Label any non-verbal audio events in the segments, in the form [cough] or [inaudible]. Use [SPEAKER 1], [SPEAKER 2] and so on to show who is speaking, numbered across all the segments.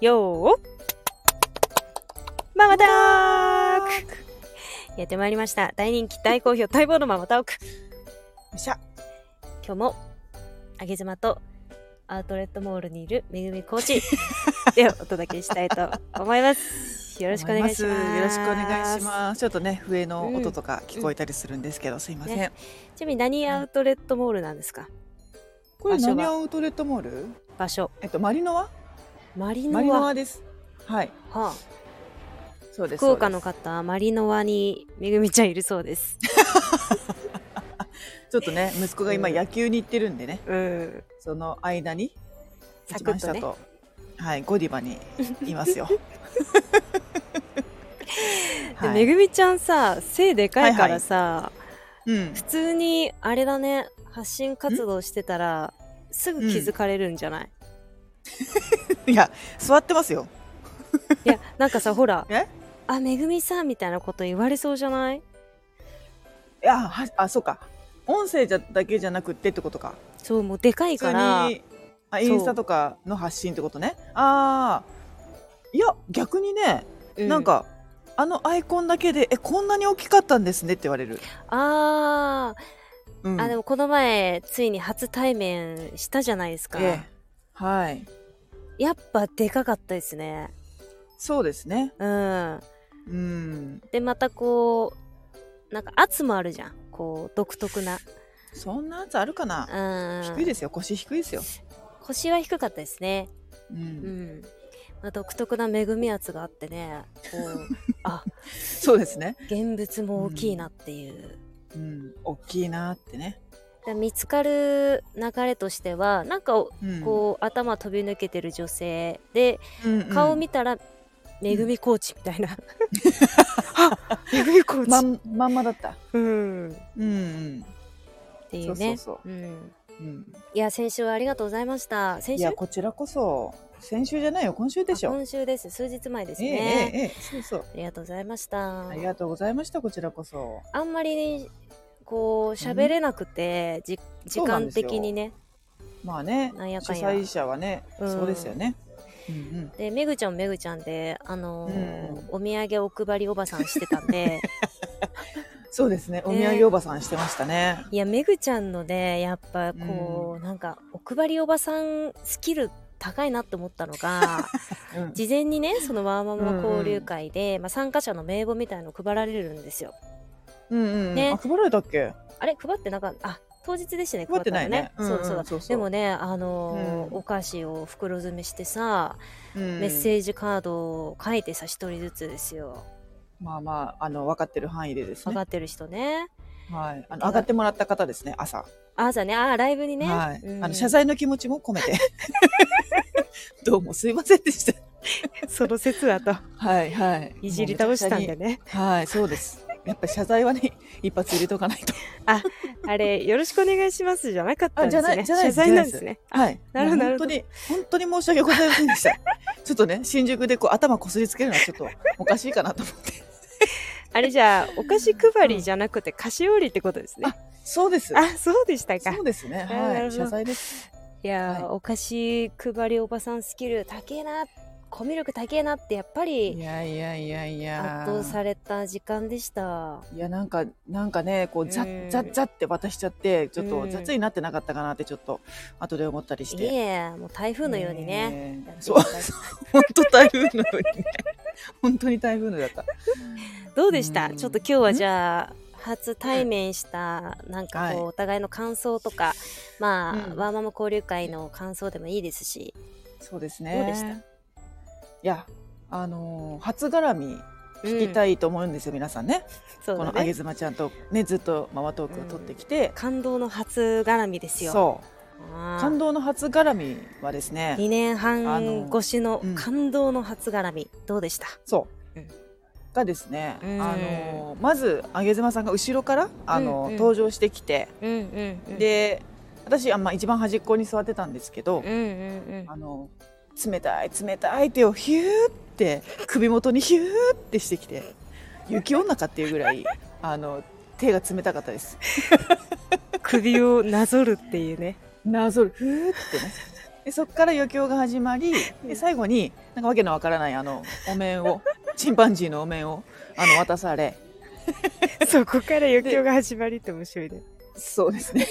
[SPEAKER 1] よーママタークやってまいりました大人気大好評待望のママターク
[SPEAKER 2] っしゃ。
[SPEAKER 1] 今日もあげ妻とアウトレットモールにいるめぐみコーチ
[SPEAKER 2] [laughs]
[SPEAKER 1] でお届けしたいと思いますよろしくお願いします
[SPEAKER 2] よろしくお願いします。ちょっとね、笛の音とか聞こえたりするんですけど、すいません。
[SPEAKER 1] ねちなみに何アウトレットモールなんですか
[SPEAKER 2] こ
[SPEAKER 1] れ
[SPEAKER 2] れ
[SPEAKER 1] 何
[SPEAKER 2] 何アウトレットモール？
[SPEAKER 1] 場所
[SPEAKER 2] えっとマリノワ？
[SPEAKER 1] マリノ
[SPEAKER 2] マ
[SPEAKER 1] ワ
[SPEAKER 2] リノワです。はい、
[SPEAKER 1] はあ
[SPEAKER 2] そうです。
[SPEAKER 1] 福岡の
[SPEAKER 2] そう
[SPEAKER 1] 方マリノワにめぐみちゃんいるそうです
[SPEAKER 2] ですちょっとね、息子が今
[SPEAKER 1] うん
[SPEAKER 2] 野球に行ってるんでね、
[SPEAKER 1] うん
[SPEAKER 2] その間に
[SPEAKER 1] サクッとね
[SPEAKER 2] 一番下はい、ゴディバにいま
[SPEAKER 1] [laughs]
[SPEAKER 2] すよ。
[SPEAKER 1] で
[SPEAKER 2] は
[SPEAKER 1] め
[SPEAKER 2] い、
[SPEAKER 1] ぐみちゃんさ背でかいからさ、
[SPEAKER 2] うん
[SPEAKER 1] 普、通にあれだね発信活動してたらすぐ気づかれるんじゃない、
[SPEAKER 2] いや座ってますよ。
[SPEAKER 1] いやなんかさほら
[SPEAKER 2] [laughs] え
[SPEAKER 1] 「あめぐみさん」みたいなこと言われそうじゃない
[SPEAKER 2] いやはあそうか、音声じゃだけじゃなくってってことか。
[SPEAKER 1] そうもうでかい
[SPEAKER 2] 普通
[SPEAKER 1] から
[SPEAKER 2] にあインスタとかの発信ってことねああいや逆にね、
[SPEAKER 1] う
[SPEAKER 2] なんかあのアイコンだけでえこんなに大きかったんですねって言われる、
[SPEAKER 1] あー、
[SPEAKER 2] うん、
[SPEAKER 1] あでもこの前ついに初対面したじゃないですか、
[SPEAKER 2] ええはい
[SPEAKER 1] やっぱでかかったですね
[SPEAKER 2] そうですね
[SPEAKER 1] うん
[SPEAKER 2] うん
[SPEAKER 1] でまたこうなんか圧もあるじゃんこう独特な
[SPEAKER 2] そんなやつあるかな、
[SPEAKER 1] う
[SPEAKER 2] 低い
[SPEAKER 1] ん
[SPEAKER 2] ですよ腰低いですよ、
[SPEAKER 1] 腰は低かったですね
[SPEAKER 2] う、
[SPEAKER 1] うんん、まあ、独特な恵み圧があってねこう
[SPEAKER 2] [laughs]
[SPEAKER 1] あ
[SPEAKER 2] そうですね、
[SPEAKER 1] 現物も大きいなっていう、
[SPEAKER 2] うん、大きいなーってね、
[SPEAKER 1] で見つかる流れとしてはなんか
[SPEAKER 2] うん、
[SPEAKER 1] こう、頭飛び抜けてる女性で
[SPEAKER 2] うんうん
[SPEAKER 1] 顔見たら、めぐみコーチみたいな、 [laughs] あめぐみコーチ、
[SPEAKER 2] まんまんまだった
[SPEAKER 1] うん、っ
[SPEAKER 2] うん
[SPEAKER 1] て
[SPEAKER 2] うん
[SPEAKER 1] い
[SPEAKER 2] そううそ
[SPEAKER 1] ね
[SPEAKER 2] うそ
[SPEAKER 1] う
[SPEAKER 2] う
[SPEAKER 1] ん、
[SPEAKER 2] うん
[SPEAKER 1] いや先週はありがとうございました先
[SPEAKER 2] い
[SPEAKER 1] 週
[SPEAKER 2] やこちらこそ先週じゃないよ今週でし
[SPEAKER 1] あ
[SPEAKER 2] ょ
[SPEAKER 1] 今週です数日前です
[SPEAKER 2] ええ
[SPEAKER 1] ね、
[SPEAKER 2] ええええそうそう
[SPEAKER 1] ありがとうございました
[SPEAKER 2] ありがとうございましたこちらこそ
[SPEAKER 1] あんまりこう喋れなくて、じ時
[SPEAKER 2] そうな
[SPEAKER 1] 間
[SPEAKER 2] んですよ
[SPEAKER 1] 的にね
[SPEAKER 2] まあね
[SPEAKER 1] なんや
[SPEAKER 2] 主
[SPEAKER 1] かんや
[SPEAKER 2] 催者はね、
[SPEAKER 1] うん
[SPEAKER 2] そうですよねうん
[SPEAKER 1] でめぐちゃんめぐちゃんであのー
[SPEAKER 2] うん
[SPEAKER 1] お土産お配りおばさんしてたん
[SPEAKER 2] [laughs]
[SPEAKER 1] で
[SPEAKER 2] うんそうですねお土産おばさんしてましたね
[SPEAKER 1] いやめぐちゃんのねやっぱこう、なんかお配りおばさんスキル高いなって思ったの
[SPEAKER 2] [laughs]
[SPEAKER 1] が
[SPEAKER 2] うん
[SPEAKER 1] 事前にねそのワーママ交流会で、まあ、参加者の名簿みたいの配られるんですよ
[SPEAKER 2] うんうん
[SPEAKER 1] ね
[SPEAKER 2] あ配られたっけ
[SPEAKER 1] あれ配ってなかったあ当日でしたね
[SPEAKER 2] 配ってないね
[SPEAKER 1] 配ったのそう
[SPEAKER 2] うん
[SPEAKER 1] そううん
[SPEAKER 2] そうそう
[SPEAKER 1] でもねあのー
[SPEAKER 2] うん
[SPEAKER 1] お菓子を袋詰めしてさメ
[SPEAKER 2] メ
[SPEAKER 1] ッセージカードを書いてさ一人ずつですよ
[SPEAKER 2] まあまああの分かってる範囲でです
[SPEAKER 1] 上が
[SPEAKER 2] ね
[SPEAKER 1] ってる人ね
[SPEAKER 2] はいあの上がってもらった方ですね朝
[SPEAKER 1] あ朝ねあライブにね、
[SPEAKER 2] はい
[SPEAKER 1] うん
[SPEAKER 2] あの謝罪の気持ちも込めて [laughs] どうもすいませんでした
[SPEAKER 1] その説はと
[SPEAKER 2] はいはい
[SPEAKER 1] [laughs] いじり倒したんでね
[SPEAKER 2] はいそうですやっぱり謝罪はね一発入れとかないと
[SPEAKER 1] あれよろしくお願いしますじゃなかったんです
[SPEAKER 2] あじゃな
[SPEAKER 1] ね
[SPEAKER 2] いじゃない
[SPEAKER 1] 謝罪なんですね
[SPEAKER 2] はい。
[SPEAKER 1] なるほど
[SPEAKER 2] もう本当に、本当に申し訳ございませんでした。 [laughs] ちょっとね、新宿でこう頭こすりつけるのはちょっとおかしいかなと思って。
[SPEAKER 1] あれじゃあお菓子配りじゃなくて菓子折りってことですね、
[SPEAKER 2] そうです。
[SPEAKER 1] あ [laughs] そうでしたか
[SPEAKER 2] そうですね。
[SPEAKER 1] あなる
[SPEAKER 2] は
[SPEAKER 1] ほ
[SPEAKER 2] い。
[SPEAKER 1] ど
[SPEAKER 2] 謝罪です。
[SPEAKER 1] いやー、
[SPEAKER 2] はい
[SPEAKER 1] お菓子配りおばさんスキル高えなコミュ力高えなってやっぱ
[SPEAKER 2] い
[SPEAKER 1] り
[SPEAKER 2] やいやいやい
[SPEAKER 1] 圧
[SPEAKER 2] や。
[SPEAKER 1] 倒された時間でした
[SPEAKER 2] いや、なんか、なんかね、こう、ざ
[SPEAKER 1] うん
[SPEAKER 2] っざっざって渡しちゃって、ちょっ
[SPEAKER 1] う
[SPEAKER 2] と
[SPEAKER 1] ん
[SPEAKER 2] 雑になってなかったかなって、ちょっと、後で思ったりし
[SPEAKER 1] い
[SPEAKER 2] て。
[SPEAKER 1] えもう台風のようにね、
[SPEAKER 2] ね
[SPEAKER 1] やってい
[SPEAKER 2] そう
[SPEAKER 1] きたい、
[SPEAKER 2] 本当台風のようにね。本当に台風のようだった。
[SPEAKER 1] どうでした、
[SPEAKER 2] うん
[SPEAKER 1] ちょっと今日はじゃあ初対面したなんかこう
[SPEAKER 2] はい
[SPEAKER 1] お互いの感想とか、まあ、
[SPEAKER 2] うん
[SPEAKER 1] ワーママ交流会の感想でもいいですし
[SPEAKER 2] そうですね。
[SPEAKER 1] どうでした
[SPEAKER 2] いや、あのー初絡み聞きた
[SPEAKER 1] い、
[SPEAKER 2] いと思うんですよ、皆さんね。
[SPEAKER 1] そう
[SPEAKER 2] こ
[SPEAKER 1] だ
[SPEAKER 2] のあげ
[SPEAKER 1] ね
[SPEAKER 2] ずまちゃんとねずっとママトークを取ってきて、
[SPEAKER 1] 感動の初絡みですよ
[SPEAKER 2] そう
[SPEAKER 1] あー
[SPEAKER 2] 感動の初絡みはですね
[SPEAKER 1] 2年
[SPEAKER 2] あの
[SPEAKER 1] 半越しの
[SPEAKER 2] うん
[SPEAKER 1] 感動の初絡み、どうでした
[SPEAKER 2] そう、
[SPEAKER 1] うん
[SPEAKER 2] がですね、
[SPEAKER 1] うん
[SPEAKER 2] あのまずあげずまさんが後ろからあの、
[SPEAKER 1] うんうん
[SPEAKER 2] 登場してきて、
[SPEAKER 1] うんうんうん
[SPEAKER 2] で私あ、まあ、一番端っこに座ってたんですけど、
[SPEAKER 1] うんうん
[SPEAKER 2] あの冷たい冷たい手をヒューって首元にヒューってしてきて雪女かっていうぐらい [laughs] あの手が冷たかったです
[SPEAKER 1] [laughs] うん首をなぞるっていうね
[SPEAKER 2] なぞるふーってねでそこから余興が始まり
[SPEAKER 1] う
[SPEAKER 2] で
[SPEAKER 1] ん
[SPEAKER 2] 最後になんかわけのわからないあのお面をチンパンジーのお面をあの渡され
[SPEAKER 1] そこから余興が始まりって面白いね。
[SPEAKER 2] そうですね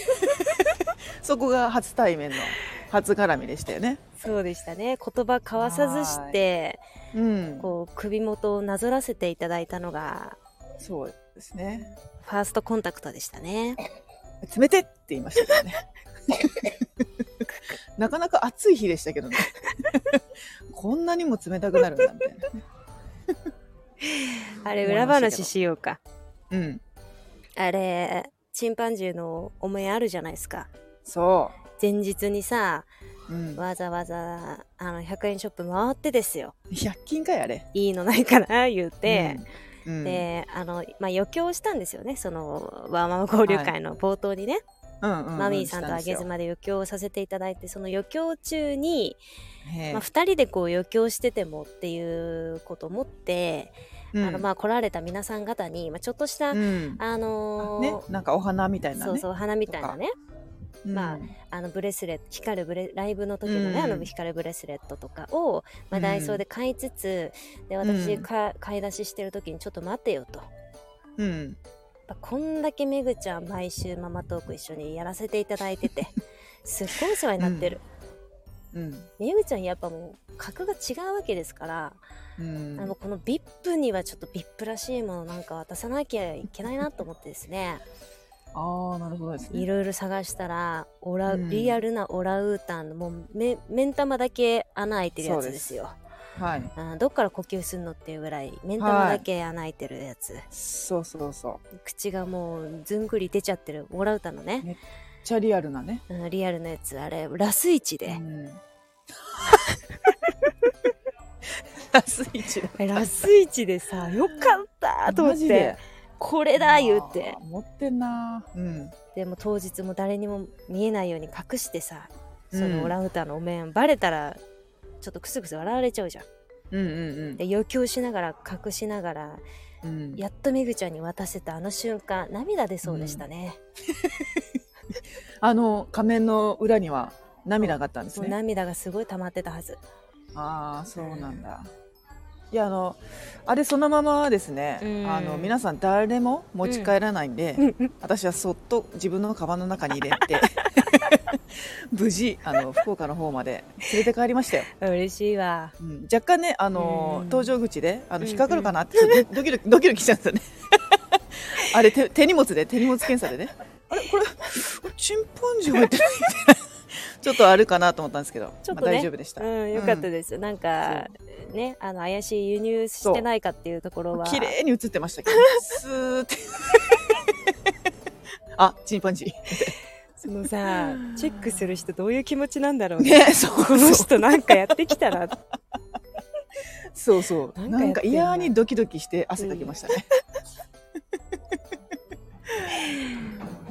[SPEAKER 2] [laughs] そこが初対面の初絡みでしたよね。
[SPEAKER 1] そうでしたね。言葉交わさずして、
[SPEAKER 2] うん、
[SPEAKER 1] こう首元をなぞらせていただいたのが
[SPEAKER 2] そうですね。
[SPEAKER 1] ファーストコンタクトでしたね。
[SPEAKER 2] 冷てって言いましたけどね。 [laughs] なかなか暑い日でしたけどね。こんなにも冷たくなるんだみたいな。
[SPEAKER 1] あれ
[SPEAKER 2] 思いま
[SPEAKER 1] 裏
[SPEAKER 2] し
[SPEAKER 1] 話
[SPEAKER 2] たけど
[SPEAKER 1] しようか。
[SPEAKER 2] うん、
[SPEAKER 1] あれチンパンジーのお面あるじゃないですか。
[SPEAKER 2] そ
[SPEAKER 1] 前日にさ
[SPEAKER 2] う。うん、
[SPEAKER 1] わざわざあの100円ショップ回ってですよ
[SPEAKER 2] 100均かいあれ。
[SPEAKER 1] いいのないかな言うて、
[SPEAKER 2] うん、うん、
[SPEAKER 1] であの、まあ、余興をしたんですよねそのワーママ交流会の冒頭にね、
[SPEAKER 2] うんうん、
[SPEAKER 1] マミーさんとあげ
[SPEAKER 2] ず
[SPEAKER 1] ずまで余興をさせていただいてその余興中に、まあ、
[SPEAKER 2] ま
[SPEAKER 1] 2人でこう余興しててもっていうことを思って、あのまあ来られた皆さん方に、まあ、ちょっとした、
[SPEAKER 2] うん
[SPEAKER 1] あのー
[SPEAKER 2] ね、なんかお花みたいなね。
[SPEAKER 1] そうそう花みたいなね
[SPEAKER 2] うん
[SPEAKER 1] まあのブレスレット光るブレライブの時のね、
[SPEAKER 2] うん
[SPEAKER 1] あの光るブレスレットとかを、ま
[SPEAKER 2] う
[SPEAKER 1] あ、
[SPEAKER 2] ん
[SPEAKER 1] ダイソーで買いつつ、で
[SPEAKER 2] う
[SPEAKER 1] 私
[SPEAKER 2] ん
[SPEAKER 1] か買い出ししてる時にちょっと待ってよと。や
[SPEAKER 2] う
[SPEAKER 1] っ
[SPEAKER 2] ん、
[SPEAKER 1] ぱこんだけめぐちゃん毎週ママトーク一緒にやらせていただいて
[SPEAKER 2] [laughs]
[SPEAKER 1] てすっごいお世話になってる、
[SPEAKER 2] うん、
[SPEAKER 1] めぐちゃんやっぱもう格が違うわけですから、
[SPEAKER 2] うん
[SPEAKER 1] あのこの VIP にはちょっと VIP らしいものなんか渡さなきゃいけないなと思ってですね
[SPEAKER 2] ああ、なるほどです
[SPEAKER 1] い
[SPEAKER 2] ね。
[SPEAKER 1] ろいろ探したらオラ、
[SPEAKER 2] うん
[SPEAKER 1] リアルなオラウータンのもう目目ん玉だけ穴開いてるやつですよ
[SPEAKER 2] はい、
[SPEAKER 1] うんどっから呼吸すんのっていうぐらい目ん玉だけ穴開いてるやつ、
[SPEAKER 2] そうそうそう。
[SPEAKER 1] 口がもうずんぐり出ちゃってるオラウータンのね、
[SPEAKER 2] めっちゃリアルなね。
[SPEAKER 1] うんリアルなやつあれラスイチ
[SPEAKER 2] う
[SPEAKER 1] で、
[SPEAKER 2] ん [laughs] ラスイチだ。
[SPEAKER 1] ラスイチでさよかったと思
[SPEAKER 2] マ
[SPEAKER 1] っ
[SPEAKER 2] ジ
[SPEAKER 1] て
[SPEAKER 2] で
[SPEAKER 1] これだ言うて
[SPEAKER 2] あー持ってんな。うん。
[SPEAKER 1] でも当日も誰にも見えないように隠してさそ
[SPEAKER 2] うん
[SPEAKER 1] のオランウータンのお面バレたらちょっとクスクス笑われちゃうじゃん
[SPEAKER 2] うんうん
[SPEAKER 1] で余興しながら隠しながら
[SPEAKER 2] うん。うん、
[SPEAKER 1] やっとめぐちゃんに渡せたあの瞬間涙出そうでしたね、
[SPEAKER 2] あの仮面の裏には涙があったんです
[SPEAKER 1] もう
[SPEAKER 2] ね。
[SPEAKER 1] 涙がすごい溜まってたは
[SPEAKER 2] [laughs]
[SPEAKER 1] ず
[SPEAKER 2] ああそうなんだ。いやあのあれそのままですね、
[SPEAKER 1] うん
[SPEAKER 2] あの皆さん誰も持ち帰らないんで、私はそっと自分のカバンの中に入れ
[SPEAKER 1] [laughs]
[SPEAKER 2] て無事あの福岡の方まで連れて帰りましたよ、
[SPEAKER 1] 嬉しいわ
[SPEAKER 2] うん、若干ねあの、
[SPEAKER 1] うん
[SPEAKER 2] 搭乗口であの
[SPEAKER 1] うん
[SPEAKER 2] 引っかかるかなってちょっとドキド [laughs] キドキドキしちゃったねあれ手手荷物で手荷物検査でねあれこれチンパンジー入ってないみたいな [laughs] ちょっとあるかなと思ったんですけど、
[SPEAKER 1] ちょっとね
[SPEAKER 2] まあ大丈夫でした、
[SPEAKER 1] うんよかったです、なんかねあの怪しい輸入してないかっていうところは
[SPEAKER 2] 綺麗に映ってまし
[SPEAKER 1] [laughs]
[SPEAKER 2] たけど、スーって。あ、チンパンジ
[SPEAKER 1] そのさ
[SPEAKER 2] [laughs]
[SPEAKER 1] チェックする人どういう気持ちなんだろう
[SPEAKER 2] ー。ね、そう、
[SPEAKER 1] [laughs] この人なんかやってきたら
[SPEAKER 2] そうそ
[SPEAKER 1] な
[SPEAKER 2] う。
[SPEAKER 1] んかやってんな
[SPEAKER 2] なんか嫌にドキドキして汗かきましたね。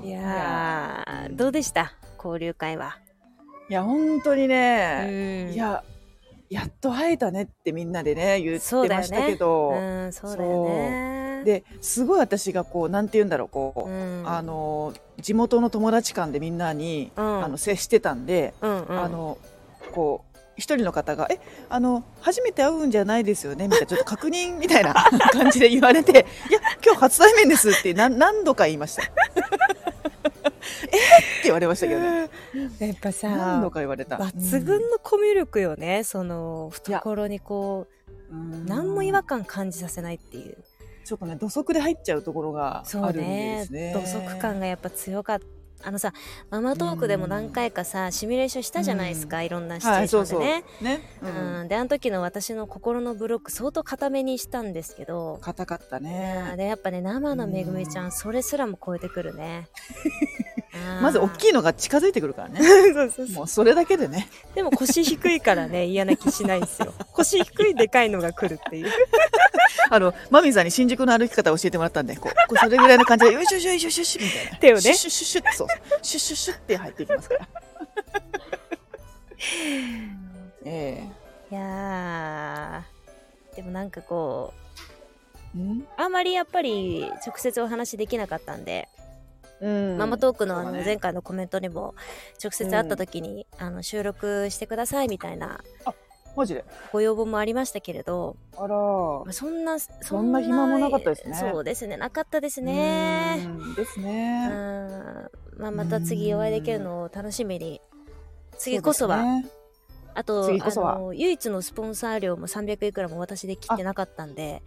[SPEAKER 1] いやーどうでした交流会は、
[SPEAKER 2] いや、本当にね、
[SPEAKER 1] うん
[SPEAKER 2] いや、やっと会えたねってみんなでね、言
[SPEAKER 1] そう
[SPEAKER 2] って
[SPEAKER 1] だよ
[SPEAKER 2] ま
[SPEAKER 1] ね
[SPEAKER 2] したけど、
[SPEAKER 1] うんそうだよね
[SPEAKER 2] で、すごい私がこう、なんて言うんだろう、こ
[SPEAKER 1] うん、
[SPEAKER 2] う、あの、地元の友達間でみんなに、
[SPEAKER 1] うん
[SPEAKER 2] あの、接してたんで、
[SPEAKER 1] うんうん、
[SPEAKER 2] あのこう一人の方が「えあの初めて会うんじゃないですよね」みたいなちょっと確認み
[SPEAKER 1] [laughs]
[SPEAKER 2] たいな感じで言われて「いや今日初対面です」って何何度か言い
[SPEAKER 1] [laughs]
[SPEAKER 2] ました。えーって言われましたけどね。
[SPEAKER 1] やっぱ
[SPEAKER 2] 何度
[SPEAKER 1] さ
[SPEAKER 2] か言われた。
[SPEAKER 1] 抜群のコミュ力よね、その懐にこ
[SPEAKER 2] うん、
[SPEAKER 1] う何も違和感感じさせないっていう
[SPEAKER 2] ちょっとね土足で入っちゃうところが
[SPEAKER 1] そ
[SPEAKER 2] あ
[SPEAKER 1] う
[SPEAKER 2] るんで
[SPEAKER 1] ね
[SPEAKER 2] すね。
[SPEAKER 1] 土足感がやっぱ強かったあのさママトークでも何回かさ、シミュレーションしたじゃないですか、いろんなシチュ
[SPEAKER 2] は
[SPEAKER 1] エー
[SPEAKER 2] い
[SPEAKER 1] シ
[SPEAKER 2] そ
[SPEAKER 1] ョ
[SPEAKER 2] う
[SPEAKER 1] ンで
[SPEAKER 2] そう
[SPEAKER 1] ね、
[SPEAKER 2] ね。う
[SPEAKER 1] うん
[SPEAKER 2] ん、
[SPEAKER 1] であの時の私の心のブロック相当固めにしたんですけど、
[SPEAKER 2] 硬かった
[SPEAKER 1] あ
[SPEAKER 2] ね。
[SPEAKER 1] でやっぱね生のめぐみちゃ
[SPEAKER 2] うん
[SPEAKER 1] それすらも超えてくる
[SPEAKER 2] [laughs]
[SPEAKER 1] ね
[SPEAKER 2] まず大
[SPEAKER 1] い
[SPEAKER 2] きいのが近づいてくるからね。
[SPEAKER 1] そうそうそう
[SPEAKER 2] もうそれだけでね。
[SPEAKER 1] でも腰低いからね嫌な気しないんですよ腰低いでかいのが来るっていう
[SPEAKER 2] あの、マミーさんに新宿の歩き方を教えてもらったんで、こう、こうそれぐらいの感じで、よいしょよいしょよいしょよいしょみたいな。
[SPEAKER 1] 手をね
[SPEAKER 2] シュッシュッシュッシュッって、そう、シュッシュッシュッって入っていきますから。え
[SPEAKER 1] いやーでもなんかこう
[SPEAKER 2] えうん
[SPEAKER 1] あんまりやっぱり直接お話できなかったんで
[SPEAKER 2] ううん
[SPEAKER 1] ママトークのあ
[SPEAKER 2] そ
[SPEAKER 1] の
[SPEAKER 2] うだね
[SPEAKER 1] 前回のコメントにも直接会った時に、あの収録してくださいみたいな
[SPEAKER 2] マジで
[SPEAKER 1] ご要望もありましたけれど、
[SPEAKER 2] あら
[SPEAKER 1] まあ、そんなそん
[SPEAKER 2] そんな暇もなかったですね
[SPEAKER 1] そうですねなかったですね
[SPEAKER 2] うんです
[SPEAKER 1] うん
[SPEAKER 2] ね
[SPEAKER 1] まあ、また次お会いできるのを楽しみに次こそは
[SPEAKER 2] うですね
[SPEAKER 1] あと
[SPEAKER 2] 次こそは
[SPEAKER 1] あの唯一のスポンサー料も300いくらも私で切ってなかったんで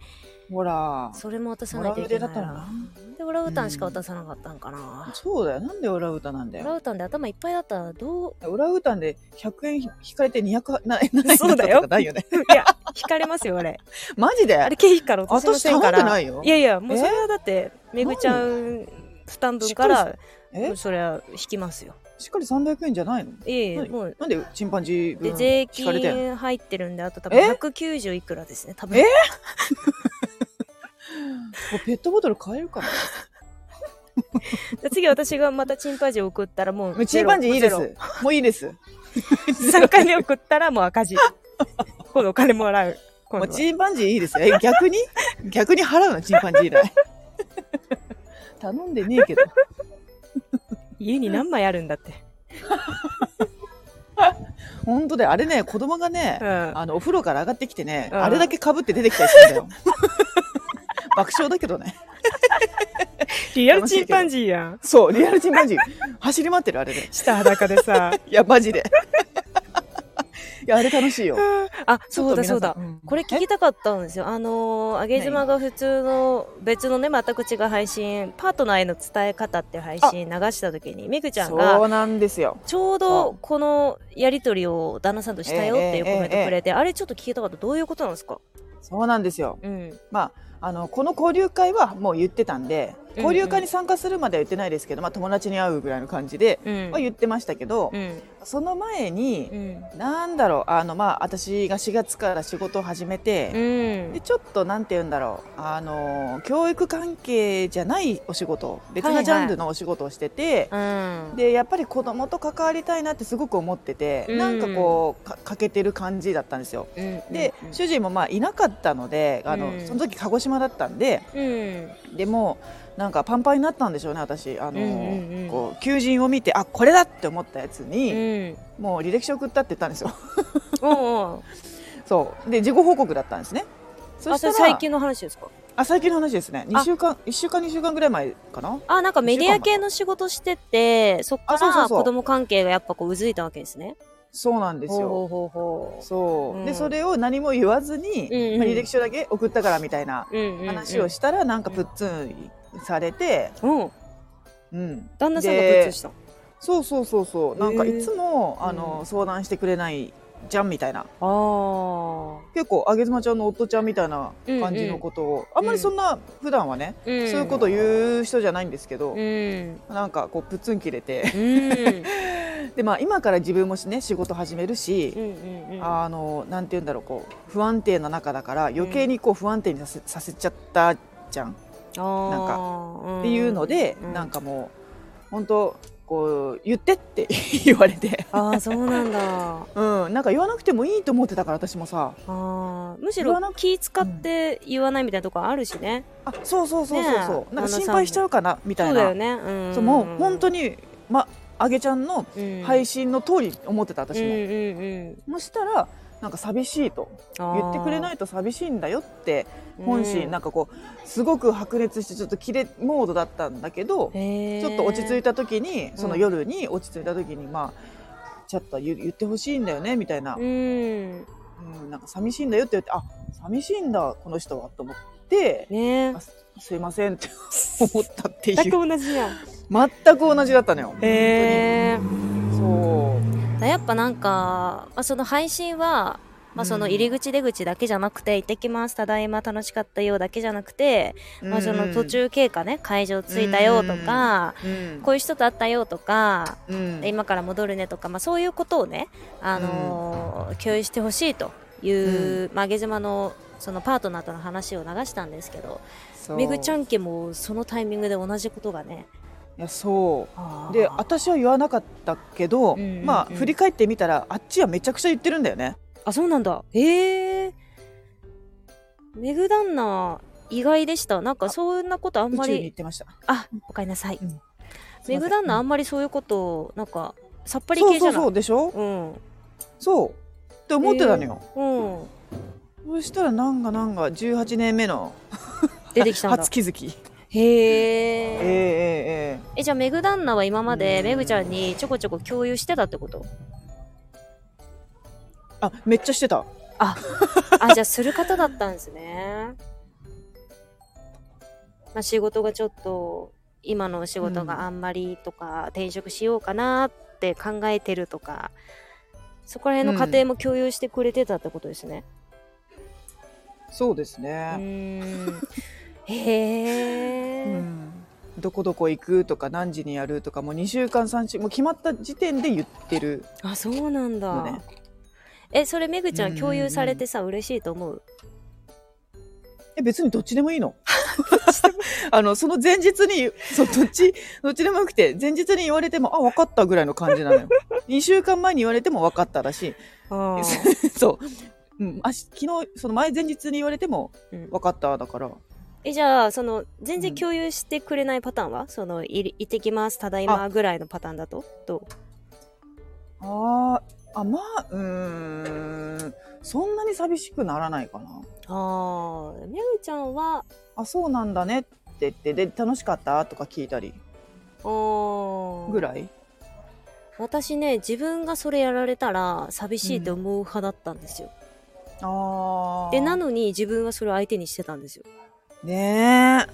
[SPEAKER 2] ほら
[SPEAKER 1] それも渡さないといけない
[SPEAKER 2] オラウータだったら
[SPEAKER 1] ななんでオラウータンしか渡さなかったんかな、
[SPEAKER 2] そうだよなんでオラウータンなんだ
[SPEAKER 1] オラ
[SPEAKER 2] よ
[SPEAKER 1] ウータンで頭いっぱいだったらどう
[SPEAKER 2] オラウータンで100円引かれて200な
[SPEAKER 1] [laughs]
[SPEAKER 2] 7 [laughs]
[SPEAKER 1] そうだよ
[SPEAKER 2] とかないよね
[SPEAKER 1] [laughs] いや、引かれますよ、あれ。
[SPEAKER 2] マジで
[SPEAKER 1] あれ、経費から落とせませんから。
[SPEAKER 2] 私頼んでないよ
[SPEAKER 1] やいや、もう
[SPEAKER 2] え
[SPEAKER 1] それはだって、めぐちゃん負担分か
[SPEAKER 2] しっ
[SPEAKER 1] ら、
[SPEAKER 2] え
[SPEAKER 1] それは引きますよ。
[SPEAKER 2] しっかり300円じゃないの
[SPEAKER 1] いえいえ、
[SPEAKER 2] はい
[SPEAKER 1] もう。
[SPEAKER 2] なんでチンパンジー分
[SPEAKER 1] で、税
[SPEAKER 2] 引かれてんの
[SPEAKER 1] 金入ってるんで、あと多分
[SPEAKER 2] え
[SPEAKER 1] 190いくらですね、多分。
[SPEAKER 2] えもうペットボトル買え
[SPEAKER 1] [laughs]
[SPEAKER 2] るかな
[SPEAKER 1] で次、私がまたチンパンジー送ったらもう
[SPEAKER 2] もう
[SPEAKER 1] ゼロ。
[SPEAKER 2] チンパンジーいいです
[SPEAKER 1] もう。
[SPEAKER 2] もういいです。
[SPEAKER 1] ゼロ3回目送ったらもう赤 [laughs] 字。今度お金もらう。今
[SPEAKER 2] も
[SPEAKER 1] 度
[SPEAKER 2] う
[SPEAKER 1] は
[SPEAKER 2] チンパンジーいいです。え、逆
[SPEAKER 1] [laughs]
[SPEAKER 2] に逆に払うの、チンパンジー以来。頼んでねえけど。
[SPEAKER 1] 家に何枚あるんだ [laughs] って。
[SPEAKER 2] 本当だよ。あれね、子供がね
[SPEAKER 1] う、ん。
[SPEAKER 2] あの、お風呂から上がってきてね、
[SPEAKER 1] うん
[SPEAKER 2] あれだけ被って出てきたりするんだ
[SPEAKER 1] [laughs]
[SPEAKER 2] よ。爆笑だけどね。
[SPEAKER 1] リアルチンパンジーやん。
[SPEAKER 2] そう、リアルチンパンジー。走り回ってる、あれで。
[SPEAKER 1] 下裸でさ。
[SPEAKER 2] いや、マジで。 [laughs] いや、あれ楽しいよ。
[SPEAKER 1] [laughs] あ、そうだそ
[SPEAKER 2] ちょっと皆さん
[SPEAKER 1] うだ。
[SPEAKER 2] ん
[SPEAKER 1] これ聞きたかったんですよ。あのー、あげ妻が普通の別のね、また口が配信、パートナーへの伝え方っていう配信流した時に、めぐちゃん
[SPEAKER 2] そ
[SPEAKER 1] が、
[SPEAKER 2] うなんですよ。
[SPEAKER 1] ちょう
[SPEAKER 2] そう
[SPEAKER 1] どこのやりとりを旦那さんとしたよっていうコメントくれて、あれちょっと聞きたかった。どういうことなんですか
[SPEAKER 2] そうなんですよ。
[SPEAKER 1] うん。
[SPEAKER 2] まあ、あのこの交流会はもう言ってたんで交流会に参加するまでは言ってないですけど、まあ、友達に会うぐらいの感じで
[SPEAKER 1] うん
[SPEAKER 2] は。言ってましたけど、
[SPEAKER 1] うん。
[SPEAKER 2] その前
[SPEAKER 1] う
[SPEAKER 2] に、
[SPEAKER 1] ん。
[SPEAKER 2] なんだろうあの、まあ、私が4月から仕事を始め
[SPEAKER 1] う
[SPEAKER 2] て、
[SPEAKER 1] ん
[SPEAKER 2] で。ちょっとなんて言うんだろうあの教育関係じゃないお仕事別なジャンルのお仕事をしてて。
[SPEAKER 1] うん。
[SPEAKER 2] でやっぱり子供と関わりたいなってすごく思ってて、
[SPEAKER 1] うん
[SPEAKER 2] なんかこうか欠けてる感じだったんですよ。
[SPEAKER 1] うん、
[SPEAKER 2] で、主人もまあいなかったのであの、
[SPEAKER 1] うん
[SPEAKER 2] その時鹿児島だったんで、
[SPEAKER 1] うん。うん。
[SPEAKER 2] でもなんかパンパンになったんでしょうね私
[SPEAKER 1] う
[SPEAKER 2] あの、
[SPEAKER 1] んうんうん
[SPEAKER 2] こう求人を見てあこれだって思ったやつ
[SPEAKER 1] う
[SPEAKER 2] に、
[SPEAKER 1] ん。
[SPEAKER 2] もう履歴書送ったって言ったんですよ [laughs]
[SPEAKER 1] おうおう。
[SPEAKER 2] そうで事後報告だったんですね [laughs] そ
[SPEAKER 1] あ、
[SPEAKER 2] した
[SPEAKER 1] そ
[SPEAKER 2] ら
[SPEAKER 1] れ最近の話ですか
[SPEAKER 2] あ最近の話ですね2週間1週間2週間ぐらい前かな
[SPEAKER 1] あ、なんかメディア系の仕事してて、そっか
[SPEAKER 2] あそうそう
[SPEAKER 1] ら
[SPEAKER 2] そう
[SPEAKER 1] 子供関係がやっぱこう、うずいたわけですね。
[SPEAKER 2] そうなんですよ
[SPEAKER 1] ほうほうほうほ
[SPEAKER 2] そう、
[SPEAKER 1] う
[SPEAKER 2] で
[SPEAKER 1] ん
[SPEAKER 2] それを何も言わずに、
[SPEAKER 1] うんうん
[SPEAKER 2] まあ、履歴書だけ送ったからみたいな
[SPEAKER 1] う。うんうんうん
[SPEAKER 2] 話をしたら、なんかプッツンされて、
[SPEAKER 1] うん、
[SPEAKER 2] うん、
[SPEAKER 1] 旦那さんがプッツしたの
[SPEAKER 2] そうそうそうそうなんかいつも、
[SPEAKER 1] へー
[SPEAKER 2] あの
[SPEAKER 1] うん
[SPEAKER 2] 相談してくれないじゃんみたいな
[SPEAKER 1] あ
[SPEAKER 2] 結構あげずまちゃんの夫ちゃんみたいな感じのことを、あんまりそんな普段はね、
[SPEAKER 1] あ、うん、
[SPEAKER 2] そういうことを言う人じゃないんですけど、
[SPEAKER 1] うん
[SPEAKER 2] なんかこうプッツン切れて [laughs]
[SPEAKER 1] うんうん
[SPEAKER 2] で、まあ、今から自分もね仕事始めるし、
[SPEAKER 1] うんうん
[SPEAKER 2] [laughs] あのなんて言うんだろうこう不安定な中だから余計にこう不安定にさせさせちゃったじゃん、なんか
[SPEAKER 1] か
[SPEAKER 2] っていうので、なん
[SPEAKER 1] か
[SPEAKER 2] かもう本当こう言ってって [laughs] 言われて、
[SPEAKER 1] ああそうなんだ
[SPEAKER 2] うん、なんか言わなくてもいいと思ってたから私もさ
[SPEAKER 1] あーむし
[SPEAKER 2] 言
[SPEAKER 1] ろ
[SPEAKER 2] わなく
[SPEAKER 1] 気使って言わないみたいなとこあるしね、
[SPEAKER 2] あそうそうそうそう
[SPEAKER 1] ね
[SPEAKER 2] そう
[SPEAKER 1] え
[SPEAKER 2] なん
[SPEAKER 1] 旦那
[SPEAKER 2] か
[SPEAKER 1] さん
[SPEAKER 2] 心配しちゃうかなみた
[SPEAKER 1] そ
[SPEAKER 2] いう
[SPEAKER 1] だ
[SPEAKER 2] な
[SPEAKER 1] よねうん
[SPEAKER 2] そうもう本当に、ま、あげちゃんの
[SPEAKER 1] に
[SPEAKER 2] 配信の通り思ってた
[SPEAKER 1] う
[SPEAKER 2] 私
[SPEAKER 1] ん
[SPEAKER 2] も、
[SPEAKER 1] うんうん
[SPEAKER 2] そしたらなんか寂しいと言ってくれないと寂しいんだよって本心、なんかこうすごく白熱してちょっとキレモードだったんだけど
[SPEAKER 1] ち
[SPEAKER 2] ちょっと落ち着い
[SPEAKER 1] た
[SPEAKER 2] た時にその夜に落ち着いた時にまあちょっと言言ってほしいんだよねみたいな、
[SPEAKER 1] うん
[SPEAKER 2] うん、なんか寂しいんだよって言ってあ寂しいんだこの人はと思って
[SPEAKER 1] ね
[SPEAKER 2] あすいませんって思ったってい
[SPEAKER 1] [laughs] 全く
[SPEAKER 2] う
[SPEAKER 1] 同じやん
[SPEAKER 2] 全く同じだったのよ。
[SPEAKER 1] へー
[SPEAKER 2] そう
[SPEAKER 1] だやっぱなんか、まあ、その配信は、まあ、その入り口出口だけじゃなくて、行ってきますただいま楽しかったよだけじゃなくて、まあ、その途、中経過ね会場着いたよとか、
[SPEAKER 2] うん
[SPEAKER 1] こういう人と会ったよとか、
[SPEAKER 2] うん
[SPEAKER 1] 今から戻るねとか、まあ、そういうことをね、あのー共有してほしいという、まあ、げ島のそのパートナーとの話を流したんですけど
[SPEAKER 2] そう
[SPEAKER 1] めぐちゃ
[SPEAKER 2] い
[SPEAKER 1] ん家もそのタイミングで同じことがね
[SPEAKER 2] やそう
[SPEAKER 1] あー
[SPEAKER 2] で私は言わなかったけど、
[SPEAKER 1] うんうんうん
[SPEAKER 2] まあ振り返ってみたらあっちはめちゃくちゃ言ってるんだよね
[SPEAKER 1] あ、そうなんだ。へえ。メグ旦那、意外でした。なんか、そんなことあん
[SPEAKER 2] 宇
[SPEAKER 1] ま
[SPEAKER 2] 宙に行
[SPEAKER 1] り
[SPEAKER 2] っ。てました
[SPEAKER 1] あ、おかえりなさい。
[SPEAKER 2] うんすい
[SPEAKER 1] メ
[SPEAKER 2] ま
[SPEAKER 1] グ
[SPEAKER 2] せん
[SPEAKER 1] ダンナあんまりそういうことなんかさっぱり
[SPEAKER 2] そう
[SPEAKER 1] 系じ
[SPEAKER 2] そ
[SPEAKER 1] ゃ
[SPEAKER 2] う
[SPEAKER 1] ない
[SPEAKER 2] そうでしょ
[SPEAKER 1] うん
[SPEAKER 2] そうって思ってたのよ、
[SPEAKER 1] うん
[SPEAKER 2] そしたらなんかなんか18年目の
[SPEAKER 1] 出てきたんだ
[SPEAKER 2] 初気づきえ
[SPEAKER 1] へえ
[SPEAKER 2] えええ
[SPEAKER 1] えじゃあメグダンナは今までメグちゃんにちょこちょこ共有してたってこと
[SPEAKER 2] ええあめっちゃしてた
[SPEAKER 1] あじゃあする方だったんですね。まあ、仕事がちょっと今のお仕事
[SPEAKER 2] うん
[SPEAKER 1] があんまりとか、転職しようかなって考えてるとかそこら辺の過程も共有してくれてたってことですね。
[SPEAKER 2] そうです
[SPEAKER 1] う
[SPEAKER 2] ね
[SPEAKER 1] ーんへえ、
[SPEAKER 2] うんどこどこ行くとか何時にやるとかもう2週間3週もう決まった時点で言ってる
[SPEAKER 1] あそうなんだ。
[SPEAKER 2] のね
[SPEAKER 1] えそれめぐちゃ
[SPEAKER 2] うん
[SPEAKER 1] ん
[SPEAKER 2] うん
[SPEAKER 1] 共有されてさ、嬉しいと思う
[SPEAKER 2] え別にどっちでもいいの [laughs] あのその前日にそうどっちどっちでもよくて前日に言われてもあ分かったぐらいの感じなの [laughs] よ2週間前に言われても分かったらし
[SPEAKER 1] あー、
[SPEAKER 2] いそう、うん、あし昨日その前前日に言われても
[SPEAKER 1] うん
[SPEAKER 2] 分かっただから
[SPEAKER 1] えじゃあその全
[SPEAKER 2] う
[SPEAKER 1] 然
[SPEAKER 2] ん
[SPEAKER 1] 共有してくれないパターンは、そのいり行ってきますただいまぐらいのパターンだとど
[SPEAKER 2] あーあまあうーんそんなに寂しくならないかな
[SPEAKER 1] うああめぐちゃんは
[SPEAKER 2] あそうなんだねって言ってで楽しかったとか聞いたり
[SPEAKER 1] お
[SPEAKER 2] ぐらい
[SPEAKER 1] 私ね自分がそれやられたら寂しいと思う派だったんですよ、
[SPEAKER 2] ああ
[SPEAKER 1] でなのに自分はそれを相手にしてたんですよ
[SPEAKER 2] ね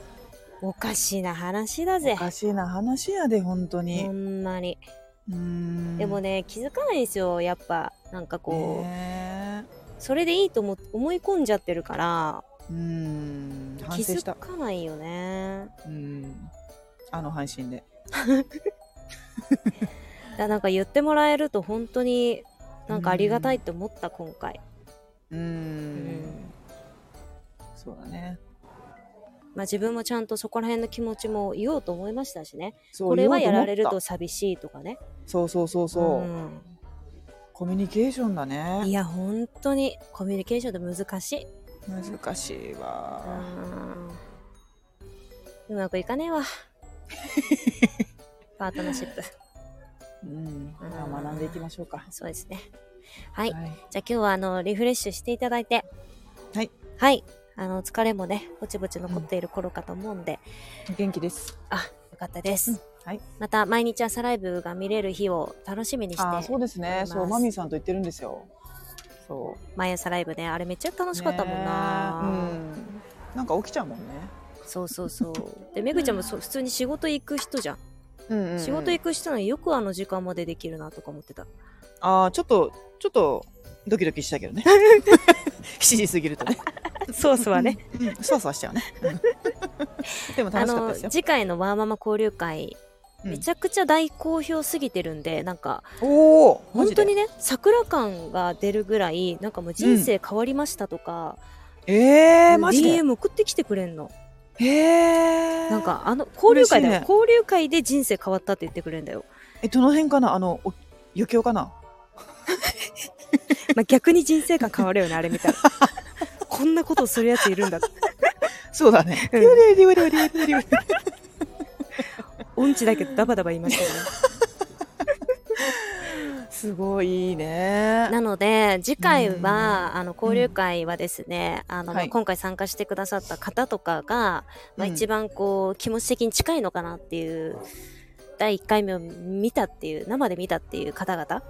[SPEAKER 1] おかしな話だ
[SPEAKER 2] えお
[SPEAKER 1] ぜ
[SPEAKER 2] かしいな話やで本当に
[SPEAKER 1] ほんまに
[SPEAKER 2] うーん
[SPEAKER 1] でもね気づかないんですよやっぱなんかこう、
[SPEAKER 2] ね
[SPEAKER 1] それでいいと思思い込んじゃってるから
[SPEAKER 2] えうーん反
[SPEAKER 1] 気
[SPEAKER 2] 省
[SPEAKER 1] づ
[SPEAKER 2] した
[SPEAKER 1] かないよね
[SPEAKER 2] うんあの配信で
[SPEAKER 1] だからなんか言ってもらえると本当になんかありがたいって思った今回、
[SPEAKER 2] うーん
[SPEAKER 1] うん
[SPEAKER 2] そうだね
[SPEAKER 1] まあ、自分もちゃんとそこら辺の気持ちも言おうと思いましたしね
[SPEAKER 2] そう
[SPEAKER 1] これはやられる
[SPEAKER 2] 言
[SPEAKER 1] と
[SPEAKER 2] おう思っ
[SPEAKER 1] 寂しいとかね
[SPEAKER 2] たそうそうそうそう、コミュニケーションだ
[SPEAKER 1] うんい
[SPEAKER 2] ね
[SPEAKER 1] や本当にコミュニケーションって難しい
[SPEAKER 2] 難しいうわ
[SPEAKER 1] んうまくいかねえわ [laughs] パートナーシップ
[SPEAKER 2] うん、まあ学んでいきましょうか
[SPEAKER 1] そうですねはい
[SPEAKER 2] はい
[SPEAKER 1] じゃあ今日はあのリフレッシュしていただいて
[SPEAKER 2] はい
[SPEAKER 1] はいあの疲れもねぼちぼち残っている頃かと思うんで、
[SPEAKER 2] 元気です
[SPEAKER 1] よかったです、
[SPEAKER 2] うんはい
[SPEAKER 1] また毎日朝ライブが見れる日を楽しみにし
[SPEAKER 2] あーそう
[SPEAKER 1] て
[SPEAKER 2] ですね
[SPEAKER 1] ます
[SPEAKER 2] そうマミーさんと言ってるんですよそう
[SPEAKER 1] 毎朝ライブねあれめっちゃ楽しかったもんな、
[SPEAKER 2] ねえうん、なんか起きちゃうもんね、
[SPEAKER 1] そうそうそうでめぐちゃんもそ普通に仕事行く人じゃん、
[SPEAKER 2] うん
[SPEAKER 1] 仕事行く人のによくあの時間までできるなとか思ってた
[SPEAKER 2] ああちょっとちょっとドキドキしたけどね7時過ぎるとね
[SPEAKER 1] ソースはね
[SPEAKER 2] うんそわそわしちゃうねうんでも
[SPEAKER 1] あ
[SPEAKER 2] 楽しかった
[SPEAKER 1] の
[SPEAKER 2] ですよ
[SPEAKER 1] 次回のワーママ交流会
[SPEAKER 2] うん
[SPEAKER 1] めちゃくちゃ大好評すぎてるんで、なんか
[SPEAKER 2] おお
[SPEAKER 1] 本当にね桜感が出るぐらいなんかもう人生変わりましたとか、
[SPEAKER 2] ええー、マジで
[SPEAKER 1] DM 送ってきてくれんの
[SPEAKER 2] ええー、
[SPEAKER 1] なんかあの交流会だよ、
[SPEAKER 2] 嬉しいね
[SPEAKER 1] 交流会で人生変わったって言ってくれるんだよ、
[SPEAKER 2] えどの辺かなあのお余興かな
[SPEAKER 1] まあ、逆に人生観変わるよねあれみたい [laughs] なこんなことをするやついるんだ
[SPEAKER 2] そうだね
[SPEAKER 1] うん
[SPEAKER 2] リュリュリュリュリュリュリュリュ
[SPEAKER 1] 音痴だけどダバダバ言いましたよね
[SPEAKER 2] すごいいいね
[SPEAKER 1] [laughs] なので次回
[SPEAKER 2] う
[SPEAKER 1] はあの交流会はですね、あのまあ
[SPEAKER 2] はい
[SPEAKER 1] 今回参加してくださった方とかが、まあ、
[SPEAKER 2] うん
[SPEAKER 1] 一番こう気持ち的に近いのかなっていう第1回目を見たっていう生で見たっていう方々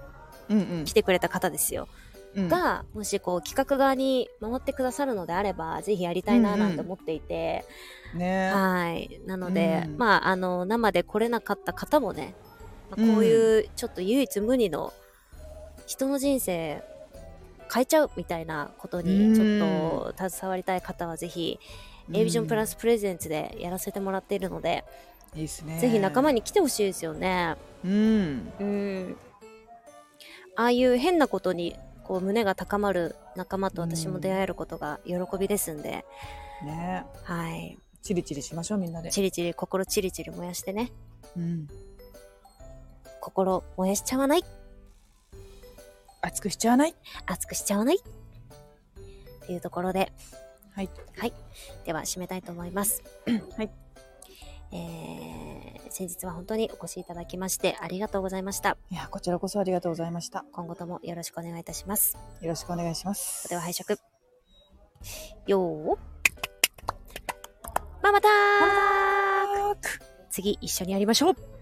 [SPEAKER 2] うんうん
[SPEAKER 1] 来てくれた方ですよ、
[SPEAKER 2] うん
[SPEAKER 1] がもしこう企画側に回ってくださるのであればぜひやりたいななんて思っていて、
[SPEAKER 2] ね
[SPEAKER 1] はいなので、
[SPEAKER 2] うん
[SPEAKER 1] まああの生で来れなかった方もね、まあこういうちょっと唯一無二の人の人生変えちゃうみたいなことにちょっと携わりたい方はぜひ、a ビジョンプラ
[SPEAKER 2] ス
[SPEAKER 1] スプレゼンツでやらせてもらっているので、
[SPEAKER 2] いいですね
[SPEAKER 1] ぜひ仲間
[SPEAKER 2] に
[SPEAKER 1] に来てほしいですよね。
[SPEAKER 2] うん
[SPEAKER 1] うん、ああいう変なことにこう胸が高まる仲間と私も出会えることが喜びですんで、
[SPEAKER 2] ね
[SPEAKER 1] はい、
[SPEAKER 2] チリチリしましょうみんなで。
[SPEAKER 1] チリチリ心チリチリ燃やしてね
[SPEAKER 2] うん。
[SPEAKER 1] 心燃やしちゃわない
[SPEAKER 2] 熱くしちゃわない。
[SPEAKER 1] 熱くしちゃわないっていうところで
[SPEAKER 2] はい。
[SPEAKER 1] [coughs] では締めたいと思います。
[SPEAKER 2] はい。
[SPEAKER 1] えー先日は本当にお越しいただきましてありがとうございました。
[SPEAKER 2] いや、こちらこそありがとうございました。
[SPEAKER 1] 今後ともよろしくお願いいたします。
[SPEAKER 2] よろしくお願いします。
[SPEAKER 1] では拝食。よー。ママターク次一緒にやりましょう